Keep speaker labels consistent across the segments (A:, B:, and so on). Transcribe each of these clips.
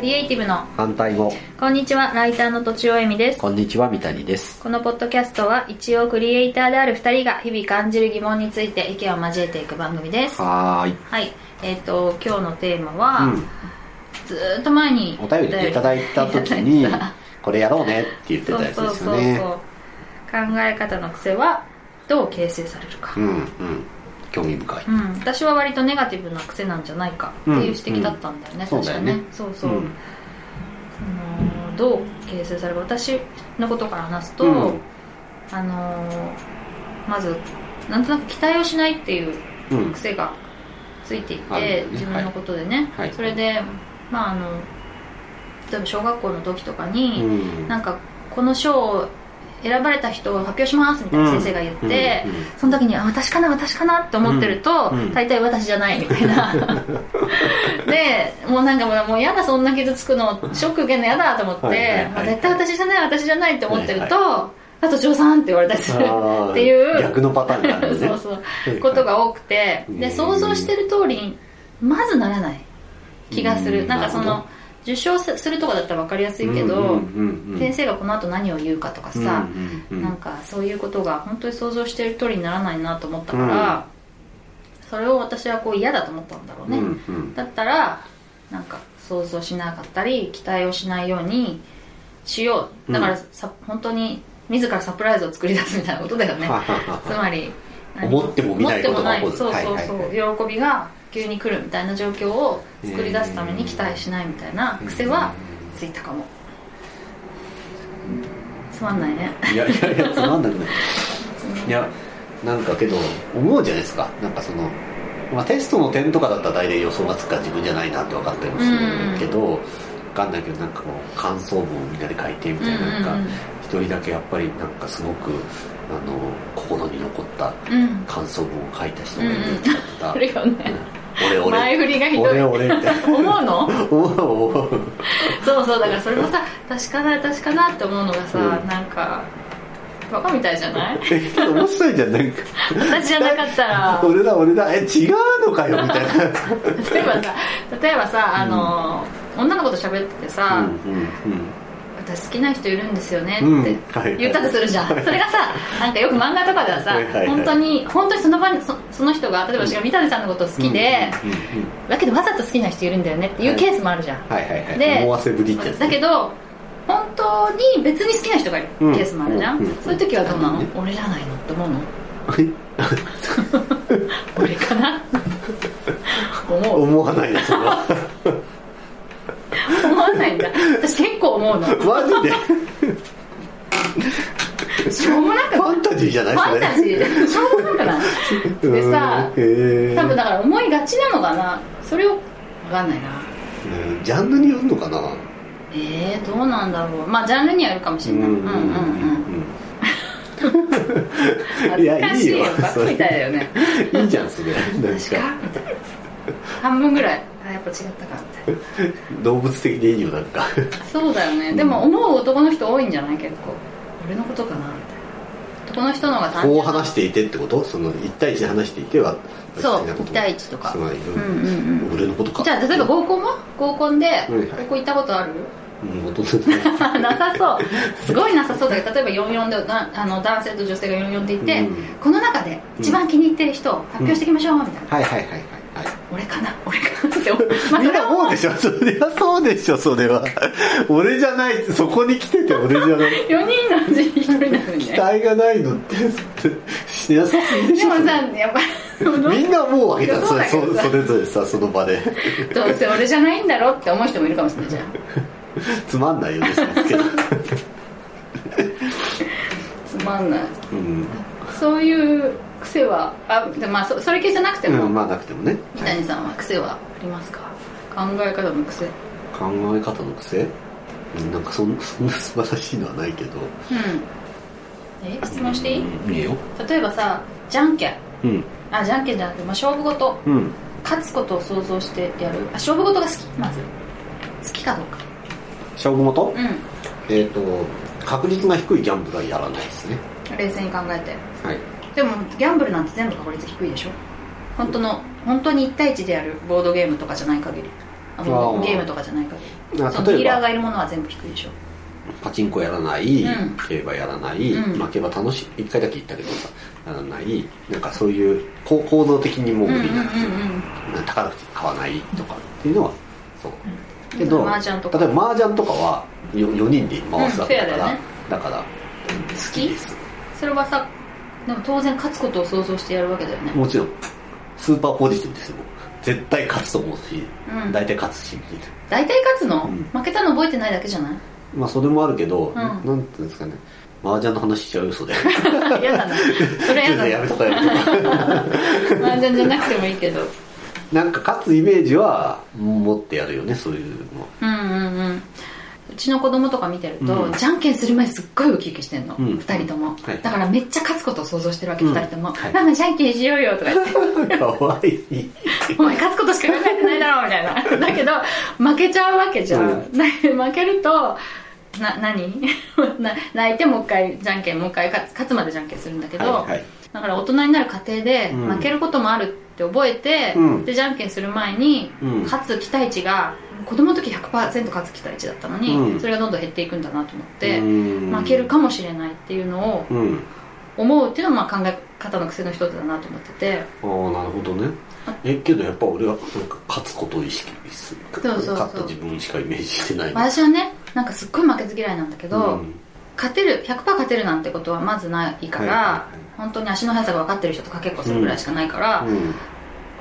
A: イティブの
B: 反対語
A: こんにちはライターのとちおえみです
B: こんにちは三谷です
A: このポッドキャストは一応クリエイターである2人が日々感じる疑問について意見を交えていく番組ですは
B: はーい
A: いえっ、と今日のテーマは、
B: うん
A: ずーっと前に
B: お便りいただいた時に
A: いただい
B: これやろうねって言って
A: た
B: たやつです
A: そうそうそ
B: よ
A: う
B: ね
A: そう考え方の癖はどう形成されるか、
B: うんうん興味深い
A: うん、私は割とネガティブな癖なんじゃないかっていう指摘だったんだよね、
B: うん
A: 確か
B: うんそうだよね
A: そうそう、
B: ん
A: そのどう形成されるか私のことから話すと、
B: うん
A: あのまずなんとなく期待をしないっていう
B: うん
A: 癖がついていて、
B: あるよね
A: 自分のことでね、
B: はいはい
A: それでまああの例えば小学校の時とか
B: う
A: に、
B: ん
A: なんかこの賞を選ばれた人を発表しますみたいな先生が言って、その時にあ私かな私かなって思ってると、
B: うんうん
A: 大体私じゃないみたいな でもうなんかもうもう嫌だそんな傷つくのショック受けるの嫌だと思って、
B: はいはいはい
A: もう絶対私じゃない私じゃないって思ってると、
B: は
A: あと嬢さんって言われたりする
B: っ
A: っていう
B: 逆のパターンがある
A: そ
B: よ
A: う
B: ね
A: そう
B: はい
A: ことが多くて
B: う
A: で
B: ん
A: 想像してる通りにまずならない気がす
B: う
A: る
B: ん
A: なんかそ
B: なるほ
A: の受賞すするとかだったら分かりやすいけど、先生がこの後何を言うかとかさ、なん
B: か
A: かそういうことが本当に想像している通りにならないなと思ったから、それを私はこう嫌だと思ったんだろうね、だったらなんか想像しなかったり期待をしないようにしようだからさ、本当に自らサプライズを作り出すみたいなことだよねつまり何
B: 思ってもみないことが起こ
A: 思
B: る
A: ってもないそうそうそう、
B: はい
A: 喜びが急に来るみたいな状況を作り出すために期待しないみたいな癖はついたかも、つまんないね
B: いやいやいやつまんなくないいやなんかけど思うじゃないですかなんかその、まあ、テストの点とかだったら大体予想がつくから自分じゃないなって分かったりもするけど、わかんないけどなんかこう感想文をみんなで書いてみたいな,、
A: うんう
B: なんんか一人だけやっぱりなんかすごくあの心に残った
A: うん
B: 感想文を書いた人がいるって言
A: あ
B: って
A: るよね
B: た、俺
A: 前
B: 俺
A: 振りがひど
B: 俺
A: い
B: 俺って
A: 思うの
B: 思う思う
A: そうそうだからそれもさ確かな確かなって思うのがさ、
B: う
A: なんかバカみたいじゃない
B: えけど面白いじゃんなんか
A: 私じゃなかったら
B: 俺だ俺だえ違うのかよみたいな
A: 例えばさ例えばさあの、女の子と喋っててさ、
B: うんうんうん
A: 私好きな人いるんですよね
B: うん
A: っ
B: はいは
A: て
B: い
A: 言ったとするじゃん、それがさなんかよく漫画とかではさ
B: はいはいはい
A: 本当に本当にその場にそその人が例えば私が三谷さんのこと好きで、
B: うんうんうん
A: だけどわざと好きな人いるんだよねっていうケースもあるじゃん、
B: はいはいはい。
A: で
B: 思わせぶりってやつね。
A: だけど本当に別に好きな人がいる
B: うん
A: ケースもあるじゃん、
B: うんうん
A: そういう時はどうなの、
B: うん
A: 俺じゃないのって思うの
B: はい
A: 俺かな思う
B: 思わない ですよ。
A: 思わないんだ私結構思うの
B: マジで。
A: しょうもなく
B: ファンタジーじゃない
A: ファンタジーしょうもなくない
B: それ
A: でさ
B: うんへー
A: 多分だから思いがちなのかなそれを分かんないな
B: うんジャンルによるのかな。
A: えー、どうなんだろうまあジャンルにはよるかもしれないうんうんうん恥ず
B: いや
A: か
B: い
A: し
B: い
A: い
B: よ
A: よバカみたいだよね
B: うん。いいじゃんそれ。なん
A: 確かみた
B: か
A: いな半分ぐらいあやっぱ違ったかみたい
B: 動物的でいいよなんか。
A: なそうだよねでも思う男の人多いんじゃない結構俺のことかなみたいな男の人の方が単純
B: こう話していてってこと？その一対一で話していては。
A: そう
B: 好きなこと
A: 一対一とか
B: つまり
A: うんうんうん
B: 俺のことか。
A: じゃあ例えば合コンは合コンで
B: うん
A: 合コン行ったことある、
B: うんお父さんね
A: なさそうすごいなさそうだけど例えば44でなあの男性と女性が44でいて、
B: うん
A: この中で一番気に入ってる人を発表していきましょうみたいな、
B: はいはいはいはいはい。
A: 俺かな俺かなって思う、まあ、そ
B: み
A: れ
B: んな
A: は
B: 思うでしょそりゃそうでしょそれは俺じゃないそこに来てて俺じゃない
A: 4人のうち1人なのに
B: 期
A: ね
B: 待がないのってしなさすぎで
A: で
B: し
A: も
B: ょ
A: さやっぱ
B: それみんな思うわけだ
A: そ
B: そう
A: だ
B: れ
A: けどさ
B: そそれぞれさその場で
A: どうせ俺じゃないんだろうって思う人もいるかもしれないじゃん
B: つまんないよねそれけど、
A: つまんない
B: うん
A: そういう癖はあでまあそそれ系じゃなくても、
B: うん、まあなくてもね
A: 三谷さんは癖はありますか考え方の癖う
B: 考え方の癖うんなんかそんそんな素晴らしいのはないけど
A: んえ質問していい、
B: うんいいよ
A: 例えばさじゃんけん
B: うん
A: あじゃんけんじゃなくて、まあ、勝負事
B: うん
A: 勝つことを想像してやるあ勝負事が好きまず好きかどうか
B: 勝負元、
A: う
B: えっ、と確率が低いギャンブルはやらないですね
A: ん冷静に考えて
B: はい
A: でもギャンブルなんて全部確率低いでしょ本当の本当に1対1でやるボードゲームとかじゃない限りあのゲームとかじゃないから
B: あ
A: そのデ
B: 例
A: ィ
B: え
A: ーラーが
B: ば
A: いるものは全部低いでしょ
B: パチンコやらない、
A: うん
B: 競馬やらない、
A: うん
B: まあ、競馬楽しい一回だけ行ったけどさやらないなんかそういうこう構造的にもう無理だなっていう、高くて買わないとかっていうのはそうけど
A: 麻雀とか
B: 例えば麻雀とかは 4, 人で回すわけだか
A: うんフェアだ
B: ら、
A: よね
B: だから
A: 好き
B: す
A: それはさでも当然勝つことを想像してやるわけだよね
B: もちろんスーパーポジティブですよ絶対勝つと思うし、
A: うん
B: 大体勝つしみたいな
A: 大体勝つの、
B: うん
A: 負けたの覚えてないだけじゃない
B: まあそれもあるけど、
A: ん
B: なんていうんですかね麻雀の話しちゃう嘘で
A: 嫌だな それ嫌
B: 全
A: だ
B: 然やめとかやめとか
A: な麻雀じゃなくてもいいけど
B: なんか勝つイメージは持ってやるよねそういうの
A: うんうんうんうちの子供とか見てると、
B: うん
A: じゃんけんする前すっごいウキウキしてんの、
B: う
A: 二
B: ん
A: 人とも、
B: はい
A: だからめっちゃ勝つことを想像してるわけ、
B: うん
A: 二人とも、
B: はい
A: ママじゃんけんしようよとか言って
B: かわいい
A: お前勝つことしか考えてないだろうみたいな だけど負けちゃうわけじゃん、
B: う
A: な負けるとな何 な泣いてもう一回じゃんけんもう一回勝つ勝つまでじゃんけんするんだけど、
B: はいはい
A: だから大人になる過程で
B: うん
A: 負けることもあるって覚えて、
B: うん
A: でじゃんけんする前に
B: うん
A: 勝つ期待値が子供の時100%勝つ期待値だったのに、
B: うん
A: それがどんどん減っていくんだなと思って、
B: 負
A: 負けるかもしれないっていうのを
B: うん
A: 思うっていうのはまあ考え方の癖の一つだなと思ってて
B: ああなるほどねえけどやっぱ俺はなんか勝つことを意識する
A: そうそうそう
B: 勝った自分しかイメージしてない
A: 私はねなんかすっごい負けず嫌いなんだけ
B: う
A: ど、
B: ん
A: 勝てる100%勝てるなんてことはまずないから、
B: はいはいはい
A: 本当に足の速さが分かってる人とかけっこするぐらいしかないから、
B: うん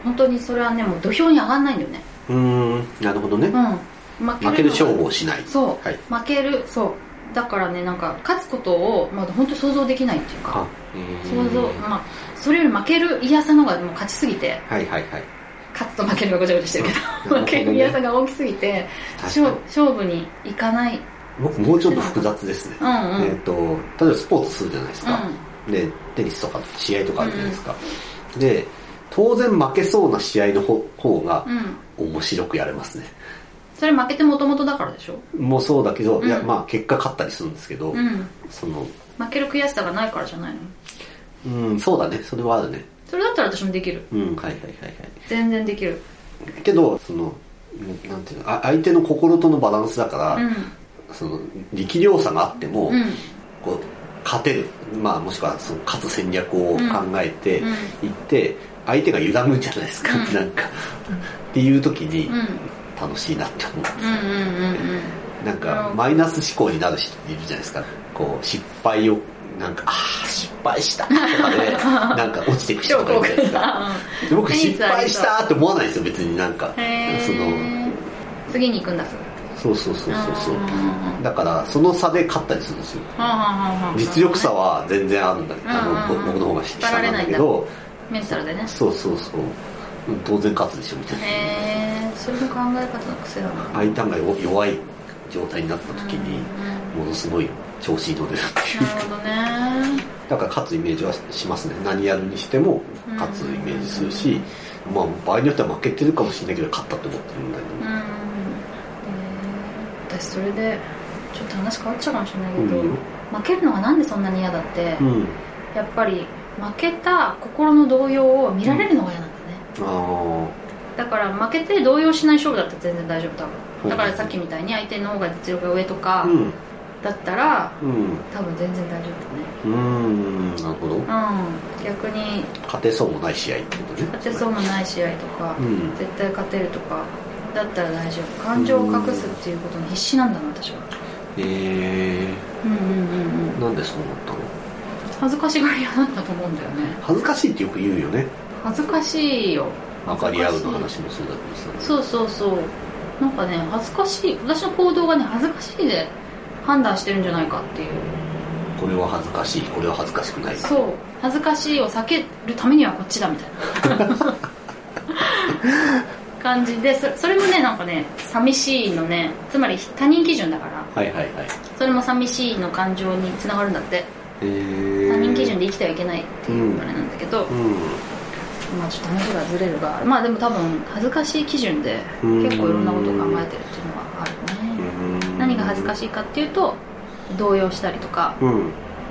A: 本当にそれはねもう土俵に上がんないんだよね
B: うんなるほどね
A: うん負
B: 負ける勝負をしない
A: そう、
B: はい
A: 負けるそうだからねなんか勝つことを、まあ、本当想像できないっていうか
B: あうん
A: 想像まあそれより負ける嫌さの方がもう勝ちすぎて
B: はいはいはい
A: 勝つと負けるがごちゃごちゃしてるけど、
B: うん
A: 負ける嫌さが大きすぎて
B: 確か
A: 勝
B: に
A: 勝負にいかない
B: 僕もうちょっと複雑ですね
A: うんうん、
B: えっと例えばスポーツするじゃないですかでテニスとか試合とかあるじゃないですかで当然負けそうな試合の方方が
A: うんうん
B: 面白くやれますね
A: それ負けてもともとだからでしょ
B: もうそうだけどいや
A: うん
B: まあ結果勝ったりするんですけど
A: うん
B: その
A: 負ける悔しさがないからじゃないの
B: うんそうだねそれはあるね
A: それだったら私もできる
B: うんはいはいはいはい
A: 全然できる
B: けどそのうんなんていうのあ相手の心とのバランスだから、
A: うん
B: その力量差があっても、
A: うん
B: こう勝てる、まあ、もしくはその勝つ戦略を考えて
A: うん
B: いって、相手が揺らぐじゃないですか、
A: うん
B: なんか、っていう時に
A: うん
B: 楽しいなって思うんです
A: うんうんうんうん
B: なんか
A: うん
B: マイナス思考になる人いるじゃないですかこう失敗をなんかああ失敗したとかで なんか落ちていく人
A: 超
B: とかい
A: 高
B: るじゃな
A: 感だ
B: いですかで僕
A: テニ
B: 失
A: スあり
B: 敗
A: そ
B: し
A: う
B: たって思わないんですよ別になんか
A: うんへ
B: その
A: ー次に行くんだそう
B: そうそうそうそうそう
A: うんうんうん
B: だからその差で勝ったりするんですよ実力差は全然あるんだけど、あの
A: うんうんうん
B: 僕の方が下なんだけど
A: メンタルでね
B: そうそうそううん当然勝つでしょみたいな
A: へえそれも考え方の癖だな
B: 相手が弱弱い状態になった時に
A: うん
B: ものすごい調子に乗れるっていう
A: なるほどね
B: だから勝つイメージはしますね何やるにしても勝つイメージするし、まあ場合によっては負けてるかもしれないけど勝ったと思ってるんだけど
A: うんへー私それでちょっと話変わっちゃうかもしれないけど、
B: うん
A: 負けるのがなんでそんなに嫌だって、
B: うん
A: やっぱり負けた心の動揺を見られるのが嫌なんだね、
B: あ
A: だから負けて動揺しない勝負だったら全然大丈夫多分だからさっきみたいに相手の方が実力が上と
B: あ
A: か
B: うん
A: だったら
B: うん
A: 多分全然大丈
B: うんなるほど
A: 夫だねうん逆に
B: 勝てそうもない試合ってことね
A: 勝てそうもない試合とか、
B: うん
A: 絶対勝てるとかだったら大丈夫感情を隠すっていうことに必死なんだな私は
B: え
A: うんうんうんうん
B: ー、なんでそうなったの
A: 恥ずかしがり屋だったと思うんだよね
B: 恥ずかしいってよく言うよね
A: 恥ずかしいよ
B: 分かり合うの話もそうだけどさ
A: そうそうそうなんかね恥ずかしい私の行動がね恥ずかしいで判断してるんじゃないかっていう
B: これは恥ずかしいこれは恥ずかしくない
A: そう恥ずかしいを避けるためにはこっちだみたい な感じでそそれもねなんかね寂しいのねつまり他人基準だから
B: はいはいはい
A: それも寂しいの感情につながるんだって
B: えー、
A: 他人基準
B: で
A: で生きてはいけないっていうあれなんだけど、まあちょっと話がずれるがまあでも多分恥ずかしい基準で
B: うん
A: 結構いろんなことを考えてるっていうのはある
B: う
A: ね
B: んうん
A: 何が恥ずか
B: しい
A: しいかっていうと動揺したりとか
B: うん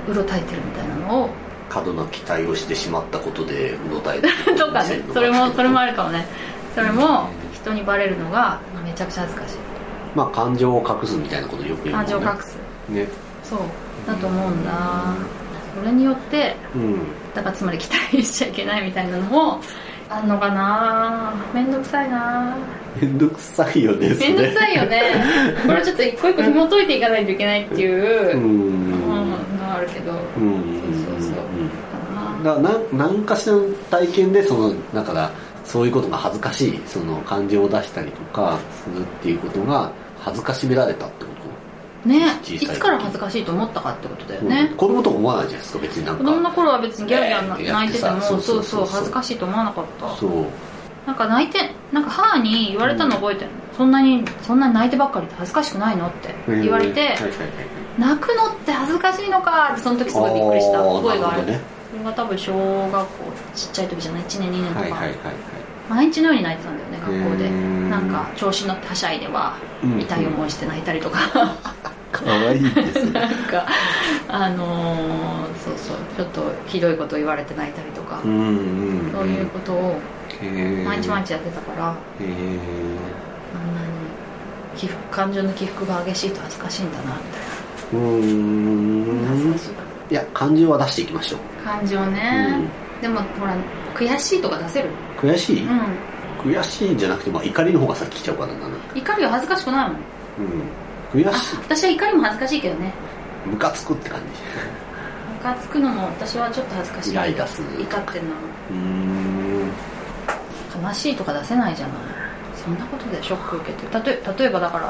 A: うろたえてるみたいなのを
B: 過度な期待をしてしまったことでうろたえて
A: とかねそれもそれもあるかもねそれも人人にバレるのがめちゃくちゃ恥ずかし
B: まあ感情を隠すみたいなことよく
A: い
B: 言うも
A: 感
B: んね
A: 情を隠す
B: ね
A: そうだと思うんだそれによって
B: うん
A: だからつまり期待しちゃいけないみたいなのもあんのかなめんどくさいな
B: めんどくさいよねそ
A: め
B: れ
A: んどくさいよ ねこれちょっと一個一個紐解いていかないといけないっていうう、
B: ん
A: うん、のはあるけどか
B: うん
A: そうそうそう
B: うん
A: な
B: だから何かしらの体験でそのだからそういうことが恥ずかしいその感情を出したりとかするっていうことが恥ずかしめられたってこ
A: ね
B: 小
A: い
B: さい時
A: つから恥ずかしいと思ったかってことだよ
B: と、
A: ね
B: うん、子供とか思わないじゃないですか別になん
A: 子供
B: か
A: の頃は別にギャーギャ
B: ね
A: ー
B: え
A: 泣いてても
B: やって
A: そ
B: た
A: うそう
B: そうそうそう
A: 恥ずかしいと思わなかった
B: そう
A: なんか泣いてなんか母に言われたの覚えてるのそんなにそんなに泣いてばっかりで恥ずかしくないのって言われて、
B: うんはいはいはい
A: 泣くのって恥ずかしいのかってその時すごいびっくりした覚えがある
B: ーなる
A: それが多分小学校ちっちゃい時じゃない1年2年
B: ほどね
A: とか、
B: はいはいはいはい
A: 毎日のように泣いてたんだよね学校
B: う
A: で
B: ーん
A: なんか調子に乗ってはしゃいでは
B: うん
A: 痛い思いして泣いたりとか
B: かわいいですね
A: なんかあのーそうそうちょっとひどいこと言われて泣いたりとか
B: うんうんん
A: そういうことを毎日毎日やってたから
B: へ
A: あ
B: ー
A: んなに起伏感情の起伏が激しいと恥ずかしいんだなみた
B: うー
A: いな恥ず
B: ん
A: かしい
B: いや感情は出していきましょう、
A: 感情ね、でもほら悔しいとか出せる
B: うん、悔しい、
A: うん
B: 悔しいんじゃなくて、まあ、怒りの方が先来ちゃうからななんか
A: 怒りは恥ずかしくないもん
B: うん悔
A: あ
B: しい
A: 私は怒りも恥ずかしいけどね
B: ムカつくって感
A: ムカつくのも私はちょっと恥ずかし
B: じ
A: い
B: イライラするう
A: 怒ってんの
B: ーん
A: 悲しいとか出せないじゃないそんなことでショック受けて例え例えばだから、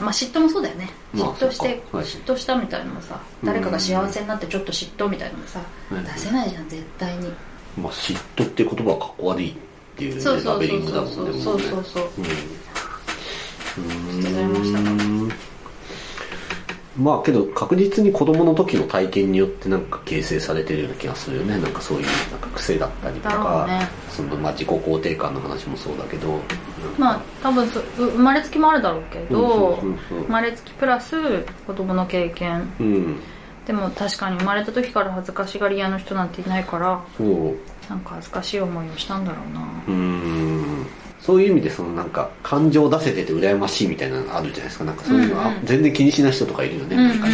A: まあ、嫉妬もそうだよね
B: まあ
A: 嫉妬して、
B: そっかはい
A: 嫉妬したみたいなのもさ
B: うん
A: 誰かが幸せになってちょっと嫉妬みたいなのもさ
B: うん
A: 出せないじゃん絶対に
B: まあ嫉妬って言葉はかっこ悪いっていうね
A: そうそ
B: ラ
A: う
B: ベ
A: そ
B: リ
A: う
B: ング
A: そ
B: だ
A: う
B: もんね
A: そ
B: も
A: う
B: ね
A: そうそうそう
B: うんう
A: 失礼しました
B: ーんまあけど確実に子供の時の体験によってなんか形成されてるような気がするよねなんかそういうなんか癖だったりと
A: だろ
B: か、
A: うね
B: そのまあ自己肯定感の話もそうだけどなんか
A: まあ多分そうう生まれつきもあるだろうけど
B: うんそうそう
A: 生まれつきプラス子供の経験
B: そううん
A: でも確かに生まれた時から恥ずかしがり屋の人なんていないから
B: そう
A: なんか恥ずかしい思いをしたんだろうな
B: うーんそういう意味でそのなんか感情出せてて羨ましいみたいなのあるじゃないですかなんかそういうの、
A: うんうん
B: あ全然気にしない人とかいるよね、
A: うんうん
B: なんか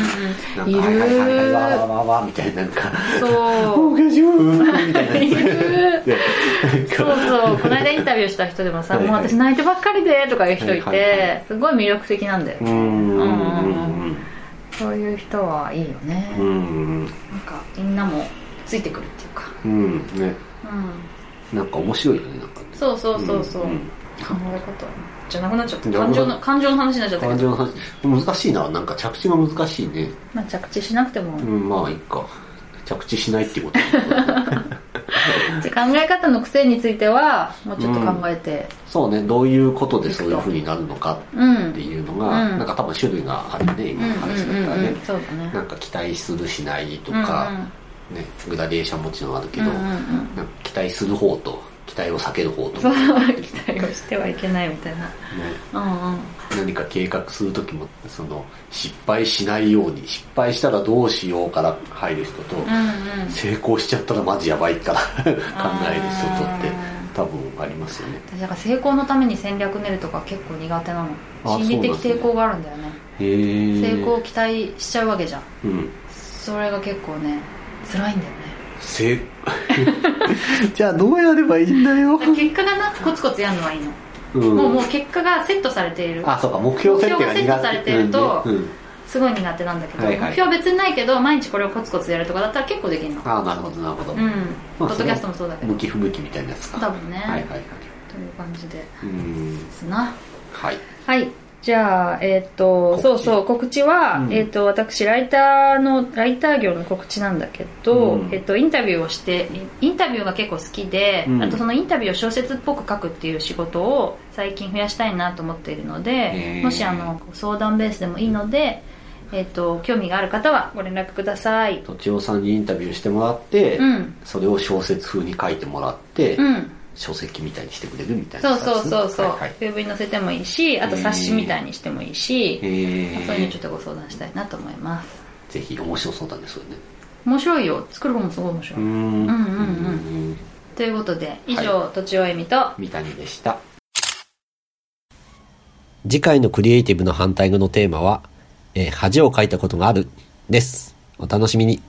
B: なん
A: うん
B: かはいはいはいは
A: い
B: いわーわーわーわーみたいななん か
A: る
B: 「
A: そう
B: おかしゅー」みたいなやつ
A: いる
B: で
A: そ
B: なん
A: う
B: か
A: そうこの間インタビューした人でもさ「
B: はいはい
A: もう私泣いてばっかりで」とかいう人いて、
B: はいはいは
A: すごい魅力的なんだよ、
B: うーんうん
A: そういう人はいいよね、
B: うんうん
A: なんかみんなもついてくるっていうか
B: うんね
A: うん
B: なんか面白いよねなんかね
A: そうそうそうそう、
B: ん
A: 考え方じゃなくなっちゃった
B: じゃな
A: 感
B: くな
A: 情の感情の話になっちゃった
B: 感
A: けど
B: 情の話難しいななんか着地が難しいね
A: まあ着地しなくても、
B: うんまあいいか着地しないってこと
A: じゃあ考え方の癖についてはもうちょっと考えて
B: そうね、どういうことでそういうふうになるのか
A: うん、
B: っていうのが、
A: うん
B: なんか多分種類があるね、
A: うん
B: 今
A: う
B: の
A: ん
B: 話
A: う
B: だったら
A: ん
B: ね。
A: うんそうだね
B: なんか期待するしないとか、ね、グラデーションもちろんあるけど、
A: うんうんうん
B: なんか期待する方と期待を避ける方と
A: そ
B: か、
A: う
B: ね、
A: 期待をしてはいけないみたいなうんうん
B: 何か計画する時もその失敗しないように失敗したらどうしようから入る人と、
A: うんうん
B: 成功しちゃったらマジやばいから 考える人とって
A: あ
B: 多分ありますよね。
A: 私だから成功のために戦略練るとか結構苦手な
B: あ
A: の心理的
B: そうなんですね
A: 抵抗があるんだよね成
B: 成
A: 功を期待しちゃうわけじゃん
B: うん
A: それが結構ね辛いんだよ ね
B: せじゃあどうやればいいんだよ
A: だから結果がなコツコツやるのはいいの、
B: うん
A: もうもう結果がセットされている
B: あそうか目標設定が苦手
A: 目標がセットされてると
B: うんうん
A: すごい苦手なんだけど、
B: はいはい
A: 目標は別にないけど毎日これをコツコツやるとかだったら結構できるの
B: ああなるほどなるほど、
A: うんポ
B: まあ
A: ッドキャストもそうだけど
B: 向き不向きみたいなやつか
A: 多分ね
B: はいはいはい
A: という感じで
B: うん
A: すな
B: はい
A: はい。じゃあ、えーっ、と、
B: 告知
A: そうそう、告知は、
B: うん
A: えーっ、と、私、ライターの、ライター業の告知なんだけど、
B: うん
A: えーっ、と、インタビューをして、インタビューが結構好きで、
B: うん
A: あとそのインタビューを小説っぽく書くっていう仕事を最近増やしたいなと思っているので
B: へ、ー
A: もし、あの、相談ベースでもいいので、えーっ、と、興味がある方はご連絡ください。
B: とちおさんにインタビューしてもらって、
A: うん。
B: それを小説風に書いてもらって、
A: うん。
B: 書籍みたいにしてくれるみたい
A: そ
B: な
A: うそうそうそう。
B: はいはい
A: ウェブに載せてもいいし、あと冊子みたいにしてもいいし、
B: え
A: そういうのちょっとご相談したいなと思います。
B: ぜひ面白そうだねそれね
A: 面白いよ作る方もすごい面白い、
B: ん
A: うんうん
B: うん
A: ということで以上、とちおえみと
B: 三谷でした次回のクリエイティブの反対語のテーマは、えー恥をかいたことがある、です。お楽しみに。